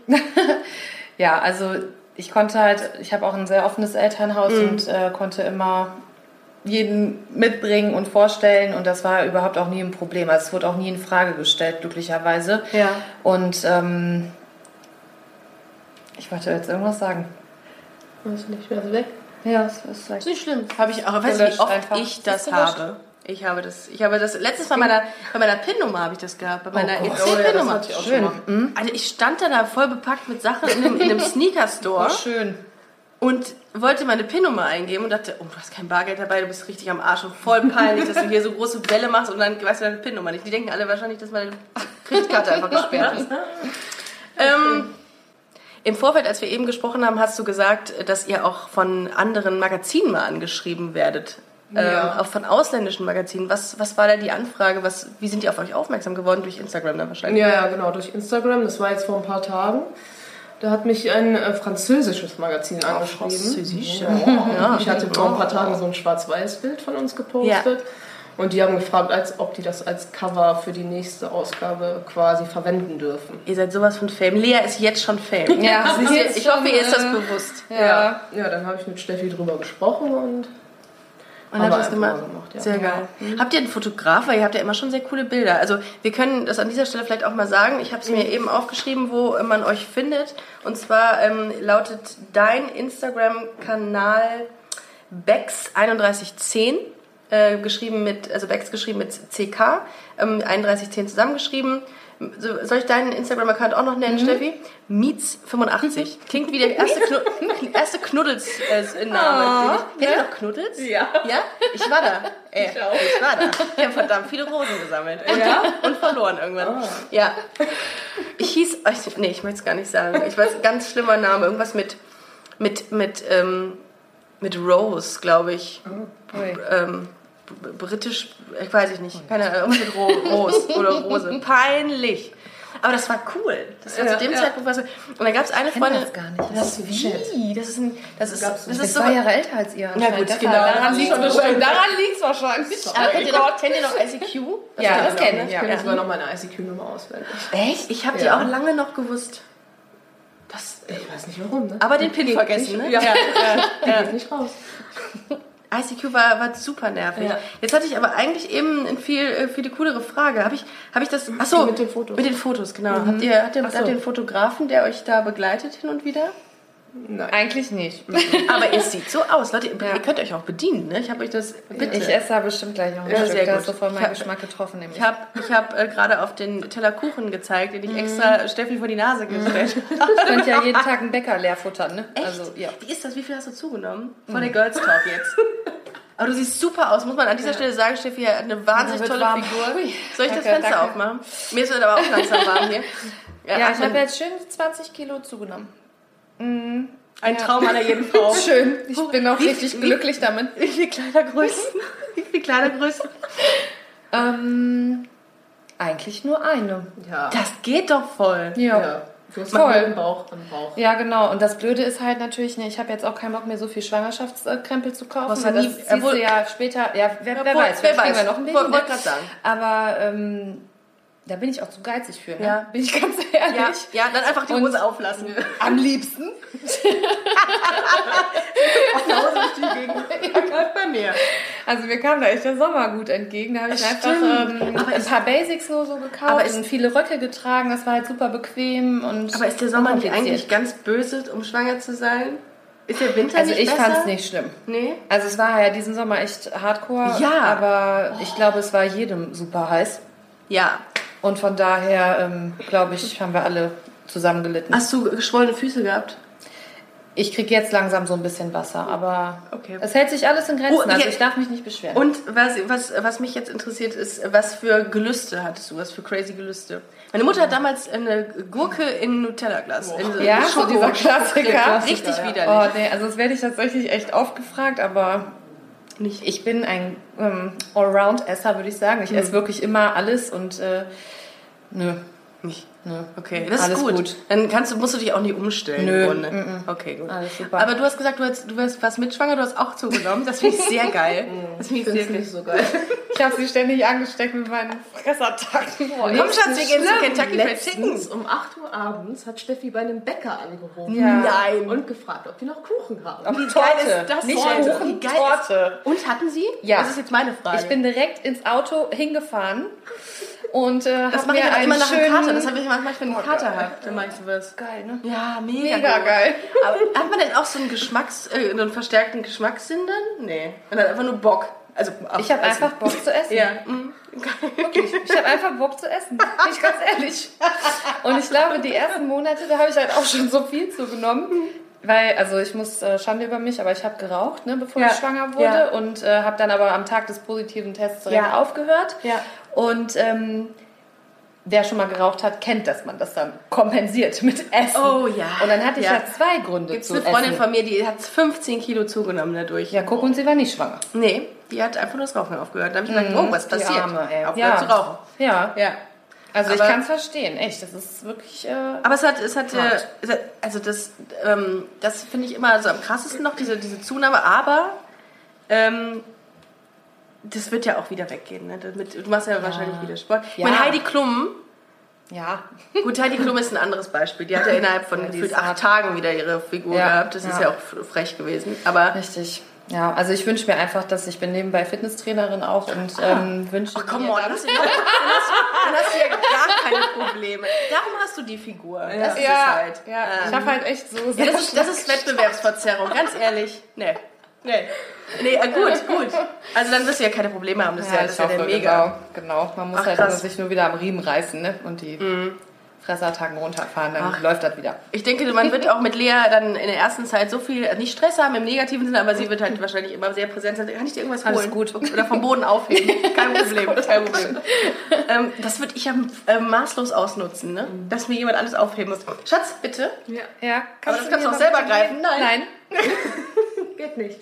Ja, also ich konnte halt, ich habe auch ein sehr offenes Elternhaus und äh, konnte immer jeden mitbringen und vorstellen und das war überhaupt auch nie ein Problem. Also es wurde auch nie in Frage gestellt, glücklicherweise. Ja. Und ähm, ich wollte jetzt irgendwas sagen. Weiß nicht, wer ist weg? Ja, es ist halt. Nicht schlimm. Habe ich auch. Weißt du, wie Gelöscht oft einfach. ich das Ist gelöscht. habe? Ich habe das, ich habe das, letztes Mal bei meiner, bei meiner PIN-Nummer habe ich das gehabt, bei meiner Gott. Oh ja, das EC-PIN-Nummer. hatte ich auch schon Mhm. Schön. Also ich stand dann da voll bepackt mit Sachen in einem, in (laughs) einem Sneaker-Store Schön. und wollte meine PIN-Nummer eingeben und dachte, oh, du hast kein Bargeld dabei, du bist richtig am Arsch und voll peinlich, dass du hier so große Bälle machst und dann weißt du deine PIN-Nummer nicht. Die denken alle wahrscheinlich, dass meine Kreditkarte einfach gesperrt (laughs) ist. Ähm, Im Vorfeld, als wir eben gesprochen haben, hast du gesagt, dass ihr auch von anderen Magazinen mal angeschrieben werdet. Ähm, auch von ausländischen Magazinen. Was, was war da die Anfrage? Was, wie sind die auf euch aufmerksam geworden? Durch Instagram dann wahrscheinlich. Ja, ja, genau, durch Instagram. Das war jetzt vor ein paar Tagen. Da hat mich ein äh, französisches Magazin angeschrieben. Französisch, Ja. (laughs) Ich hatte vor ein paar Tagen so ein Schwarz-Weiß-Bild von uns gepostet. Und die haben gefragt, als, ob die das als Cover für die nächste Ausgabe quasi verwenden dürfen. Ihr seid sowas von Fame. Lea ist jetzt schon Fame. Ja, Sie ist jetzt, ich hoffe, ihr ist das äh, bewusst. Ja. ja dann habe ich mit Steffi drüber gesprochen Und und habt Aber das einfach gemacht. mal gemacht, ja. Mhm. Sehr geil. Habt ihr einen Fotograf? Weil ihr habt ja immer schon sehr coole Bilder. Also wir können das an dieser Stelle vielleicht auch mal sagen. Ich habe es Mhm. mir eben aufgeschrieben, wo man euch findet. Und zwar ähm, lautet dein Instagram-Kanal Bex3110. äh, geschrieben mit, also Bex geschrieben mit CK, ähm, 3110 zusammengeschrieben. So, soll ich deinen Instagram-Account auch noch nennen, Mhm. Steffi? (laughs) Meets85. Klingt wie der erste, Knu (laughs) erste äh, Knuddels-Name. Kennt ihr noch Knuddels? Ah, Ja. Ja? Ich war da. Ey, ich, war da. Ich habe verdammt viele Rosen gesammelt. Und, und verloren irgendwann. Ah. Ja. Ich hieß, ich, nee, ich möchte es gar nicht sagen. Ich weiß, ganz schlimmer Name. Irgendwas mit, mit, mit, ähm, mit Rose, glaube ich. Oh, Ähm, b- britisch, ich weiß ich nicht. Keine Ahnung, irgendwas mit Ro- Rose oder Rose. Peinlich. Aber das war cool. Das war zu dem Zeitpunkt was. Und dann gab es eine Freundin. das gar nicht. Das ist wie? Das ist ein, das ist, das Ich bin ist so. zwei Jahre älter als ihr. anscheinend. gut, Deshalb- genau. daran liegt's Also- wahrscheinlich. Daran liegt es wahrscheinlich. Aber kennt ihr, noch, kennt ihr noch ICQ? Ja, kennt das ihr noch, kenn ne? ich, Ich ja. kann jetzt mal noch meine ICQ-Nummer auswählen. Echt? Ich habe die auch lange noch gewusst. Das, Ich weiß nicht warum, ne? aber den Pin vergessen, ne? Ja, ja. ja. geht nicht raus. ICQ war, war super nervig. Ja. Jetzt hatte ich aber eigentlich eben eine viel, äh, viel coolere Frage. Habe ich, hab ich das. Achso, Mit den Fotos. Mit den Fotos, genau. Habt ihr, habt ihr, Ach so. habt ihr einen Fotografen, der euch da begleitet hin und wieder? Eigentlich (laughs) nicht. (laughs) Aber es sieht so aus. Leute, ihr- ihr könnt euch auch bedienen, ne? Ich habe euch das. Bitte. Ich esse da bestimmt gleich noch ein Ja, sehr Stück. Da gut. hast du voll Ich hab- meinen Geschmack getroffen. Nämlich. Ich habe ich hab, äh, gerade auf den Teller Kuchen gezeigt, den ich extra Steffi vor die Nase gestellt (laughs) habe. Ich könnte ja jeden Tag einen Bäcker leer futtern, ne? Echt? Also, ja. Wie ist das? Wie viel hast du zugenommen? Vor der Girls Talk jetzt. Hm. (laughs) Aber du siehst super aus, muss man an dieser Stelle sagen. Steffi hat eine wahnsinnig Ja, wird tolle warm. Figur. Soll ich das Danke, Fenster danke. aufmachen? Mir ist es aber auch langsam warm hier. Ja, ich also habe jetzt schön 20 Kilo zugenommen. ein Traum aller jeden (laughs) Frau. Schön. Ich bin auch Wie- richtig wie- glücklich damit. Wie viel Kleidergrößen? Wie viel Kleidergrößen? Ähm, eigentlich nur eine. Ja. Das geht doch voll. Ja. ja. Du hast Voll. einen Bauch am Bauch. Ja, genau. Und das Blöde ist halt natürlich, ne, ich habe jetzt auch keinen Bock mehr, so viel Schwangerschaftskrempel zu kaufen. Brauchst du weil das nie- siehst obwohl- du ja später, äh, ja, wer, wer Obwohl, weiß, wer vielleicht kriegen weiß. wir noch ein Baby. Woll- ne? wollt grad sagen. Aber ähm, da bin ich auch zu geizig für, ne? Ja. bin ich ganz ehrlich. Ja, ja, dann einfach die Und- Hose (laughs) auflassen. Am liebsten. Bleibt bei mir. Also mir kam da echt der Sommer gut entgegen. Da habe ich einfach ähm, ein paar Basics nur so gekauft Aber ist- und viele Röcke getragen. Das war halt super bequem. Und Aber ist der Sommer nicht eigentlich unkompliziert. ganz böse, um schwanger zu sein? Ist der Winter Also nicht ich besser? fand es nicht schlimm. Nee? Also es war ja diesen Sommer echt hardcore. Ja. Aber ich glaube, es war jedem super heiß. Ja. Und von daher, ähm, glaube ich, haben wir alle zusammen gelitten. Hast du geschwollene Füße gehabt? Ich kriege jetzt langsam so ein bisschen Wasser, aber Okay. es hält sich alles in Grenzen. Oh, also ja. ich darf mich nicht beschweren. Und was, was, was mich jetzt interessiert ist, was für Gelüste hattest du? Was für crazy Gelüste? Meine Mutter hat damals eine Gurke in Nutella-Glas. in ja, so Schoko- dieser Klassiker. Richtig widerlich. Oh nee, also das werde ich tatsächlich echt oft gefragt, aber Nicht. ich bin ein ähm, Allround-Esser, würde ich sagen. Mhm. Ich esse wirklich immer alles und äh, nö. Nicht. Nö. Okay, das Oh. Alles ist gut. gut. Dann kannst du, musst du dich auch nicht umstellen. Nö, im Grunde. Okay, gut. Alles super. Aber du hast gesagt, du, hast, du wärst fast mitschwanger, du hast auch zugenommen. Das finde ich sehr (laughs) geil. Mm. Das finde ich sehr geil. so geil. Ich habe sie ständig angesteckt mit meinen Fressattacken. Komm, Schatz, wir gehen zu Schlimm. Kentucky Fried Chicken. Letztens um 8 Uhr abends hat Steffi bei einem Bäcker angerufen Ja. Nein. und gefragt, ob die noch Kuchen haben. Wie geil ist das Nicht denn? Kuchen, Wie geil ist- Torte. Und hatten sie? Ja. Das ist jetzt meine Frage. Ich bin direkt ins Auto hingefahren und äh, das hab mache mir ich aber einen immer nach schönen... einem Kater. Das habe ich manchmal, wenn ich einen Kater habe. Dann mache ich sowas. Geil, ne? Ja, mega, Mega gut. geil. Aber hat man denn auch so einen Geschmacks, äh, einen verstärkten Geschmackssinn dann? Nee. Man hat einfach nur Bock. Also ab- Ich habe essen. einfach (laughs) Bock zu essen. Ja. mm. Wirklich. Ich habe einfach Bock zu essen. Bin ich ganz ehrlich. Und ich glaube, die ersten Monate, da habe ich halt auch schon so viel zugenommen. Weil, also ich muss äh, Schande über mich, aber ich habe geraucht, ne, bevor Ja. ich schwanger wurde. Ja. Und äh, habe dann aber am Tag des positiven Tests direkt Ja. aufgehört. Ja. Und ähm, wer schon mal geraucht hat, kennt, dass man das dann kompensiert mit Essen. Oh ja. Und dann hatte ich Ja. ja, zwei Gründe Gibt's zu eine Freundin essen. von mir, die hat 15 Kilo zugenommen dadurch. Ja, guck, und sie war nicht schwanger. Nee, die hat einfach nur das Rauchen aufgehört. Da habe ich gedacht, oh, was Mhm. Die passiert? Arme, ey. Aufgehört Ja. zu rauchen. Ja. Ja. Also ich Aber- kann es verstehen, echt. Das ist wirklich. Äh, Aber es hat, es hat, äh, Hart. es hat also das, ähm, das finde ich immer so am krassesten noch, diese, diese Zunahme, aber ähm, das wird ja auch wieder weggehen. Ne? Damit, du machst ja, wahrscheinlich wieder Sport. Ich Ja. meine, Heidi Klum, ja. gut, Heidi Klum ist ein anderes Beispiel. Die hat ja innerhalb von Ja, die gefühlt ist acht Tagen wieder ihre Figur Ja, gehabt. Das ist ja. ja auch frech gewesen. Aber Richtig. Ja, also ich wünsche mir einfach, dass ich bin nebenbei Fitnesstrainerin auch und ähm, wünsche Ah. Ach, come mir on, dann- dann hast, du, dann, hast du, dann hast du ja gar keine Probleme. Darum hast du die Figur. Das ist es Ja, halt. ja. Ähm, ich habe halt echt so Ja, das ist, das ist Wettbewerbsverzerrung, ganz ehrlich. Nee. Nee. Nee, äh, gut, gut. Also dann wirst du ja keine Probleme haben. Das ist ja, das ist ja der Mega. Genau, genau. Man muss Ach, halt krass. Mhm. sich nur wieder am Riemen reißen ne? und die Fresserattacken runterfahren, dann läuft das wieder. Ich denke, man wird auch mit Lea dann in der ersten Zeit so viel, äh, nicht Stress haben im negativen Sinne, aber sie wird halt wahrscheinlich immer sehr präsent sein. Kann ich dir irgendwas holen? Alles gut. Oder vom Boden aufheben. Kein (laughs) Problem. Kein Problem. ähm, das würde ich ja äh, maßlos ausnutzen, ne? dass mir jemand alles aufheben muss. Schatz, bitte. Mhm. Ja, Aber das kannst du auch selber greifen. Nein. Nein, Geht nicht.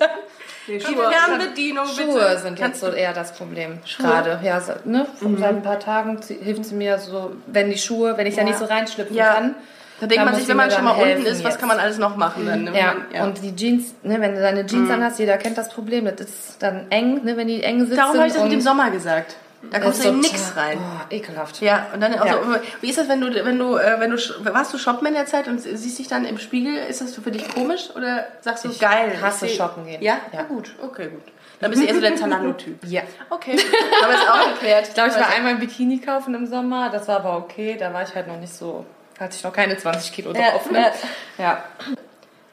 Die Fernbedienung, Schuhe bitte. sind jetzt so eher das Problem. Gerade, ja, so, ne? Mhm. Von seit ein paar Tagen zie- hilft sie mir so, wenn die Schuhe, wenn ich da nicht so reinschlüpfen Ja. kann. Da denkt Da man muss sich, sie wenn mir man schon dann mal unten helfen ist, was jetzt. kann man alles noch machen? Dann, ne? Ja. Man- ja. Mhm. und die Jeans, ne, wenn du deine Jeans anhast, jeder kennt das Problem. Das ist dann eng, ne, wenn die eng sitzen. Darum habe ich das mit dem und- Sommer gesagt. Da Das kommt ist eben total- nichts rein. Boah, ekelhaft. Ja, und dann auch Ja. so, wie ist das, wenn du, wenn du, äh, wenn du, sch- warst du shoppen in der Zeit und siehst dich dann im Spiegel, ist das für dich komisch oder sagst du, geil? hasse ich seh- shoppen gehen. Ja? Ja. ja, gut, okay, gut. Dann bist du eher so der (laughs) Zalando-Typ. Ja. Okay, aber ist auch geklärt. Ich glaube, ich war einmal ein Bikini kaufen im Sommer, das war aber okay, da war ich halt noch nicht so, hatte ich noch keine 20 Kilo Ja, drauf. Ne? Ja.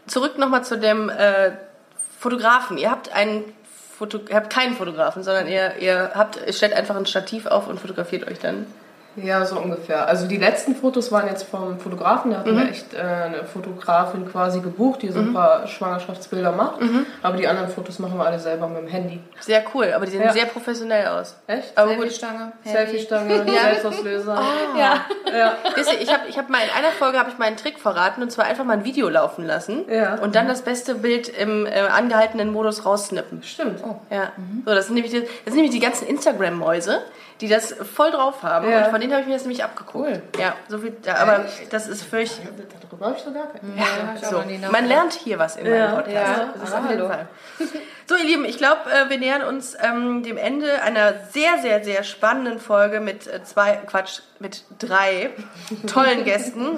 Zurück nochmal zu dem äh, Fotografen. Ihr habt einen Foto ihr habt keinen Fotografen, sondern ihr, ihr habt, ihr stellt einfach ein Stativ auf und fotografiert euch dann. Ja, so ungefähr. Also die letzten Fotos waren jetzt vom Fotografen. Da hatten wir echt äh, eine Fotografin quasi gebucht, die so ein paar Schwangerschaftsbilder macht. Aber die anderen Fotos machen wir alle selber mit dem Handy. Sehr cool, aber die sehen Ja. sehr professionell aus. Echt? Aber gut, Stange. Selfie-Stange, Selbstauslöser. Ja. Wisst ihr, ich habe ich hab mal in einer Folge habe ich meinen Trick verraten und zwar einfach mal ein Video laufen lassen Ja. und dann das beste Bild im äh, angehaltenen Modus raussnippen. Stimmt. Ja. So, das sind nämlich die, das sind nämlich die ganzen Instagram Mäuse, die das voll drauf haben Ja. und von denen habe ich mir das nämlich abgeguckt. Cool. Ja, so viel ja, aber das ist fürcht Darüber habe ich so gar keinen. ja. so. Man lernt hier was in meinem Podcast. ja. Das ist auf jeden Fall. So, ihr Lieben, ich glaube, wir nähern uns ähm, dem Ende einer sehr, sehr, sehr spannenden Folge mit äh, zwei, Quatsch, mit drei tollen Gästen.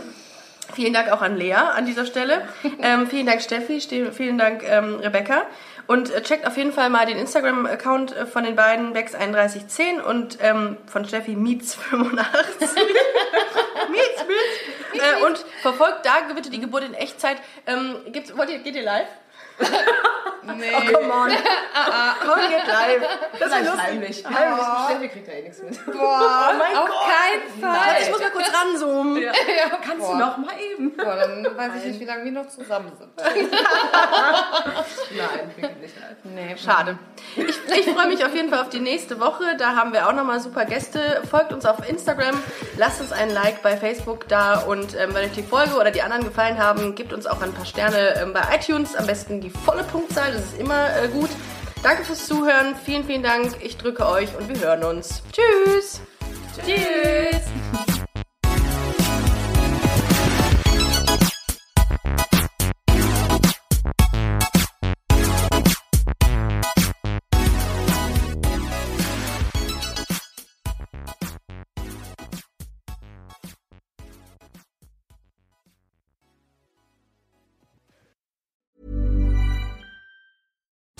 Vielen Dank auch an Lea an dieser Stelle. Ähm, vielen Dank Steffi, ste- vielen Dank ähm, Rebecca. Und äh, checkt auf jeden Fall mal den Instagram-Account äh, von den beiden, Bex3110 und ähm, von Steffi (laughs) Mietz85. Mietz, Mietz. Äh, und verfolgt da bitte die Geburt in Echtzeit. Ähm, gibt's, wollt ihr, geht ihr live? Nee. Oh, come (laughs) on. Komm, geht live. Das ist lustig. Heimlich. Heimlich. Steffi kriegt da eh nichts mit. Oh Boah, auf keinen Fall. Ich muss mal kurz ranzoomen. Kannst Boah. Noch mal eben. Boah, dann weiß ich nicht, wie lange wir noch zusammen sind. Nein, wir gehen nicht live. Nee. Schade. Ich, ich freue mich auf jeden Fall auf die nächste Woche. Da haben wir auch nochmal super Gäste. Folgt uns auf Instagram, lasst uns ein Like bei Facebook da und ähm, wenn euch die Folge oder die anderen gefallen haben, gebt uns auch ein paar Sterne ähm, bei iTunes. Am besten die volle Punktzahl, das ist immer äh, gut. Danke fürs Zuhören, vielen, vielen Dank. Ich drücke euch und wir hören uns. Tschüss! Tschüss.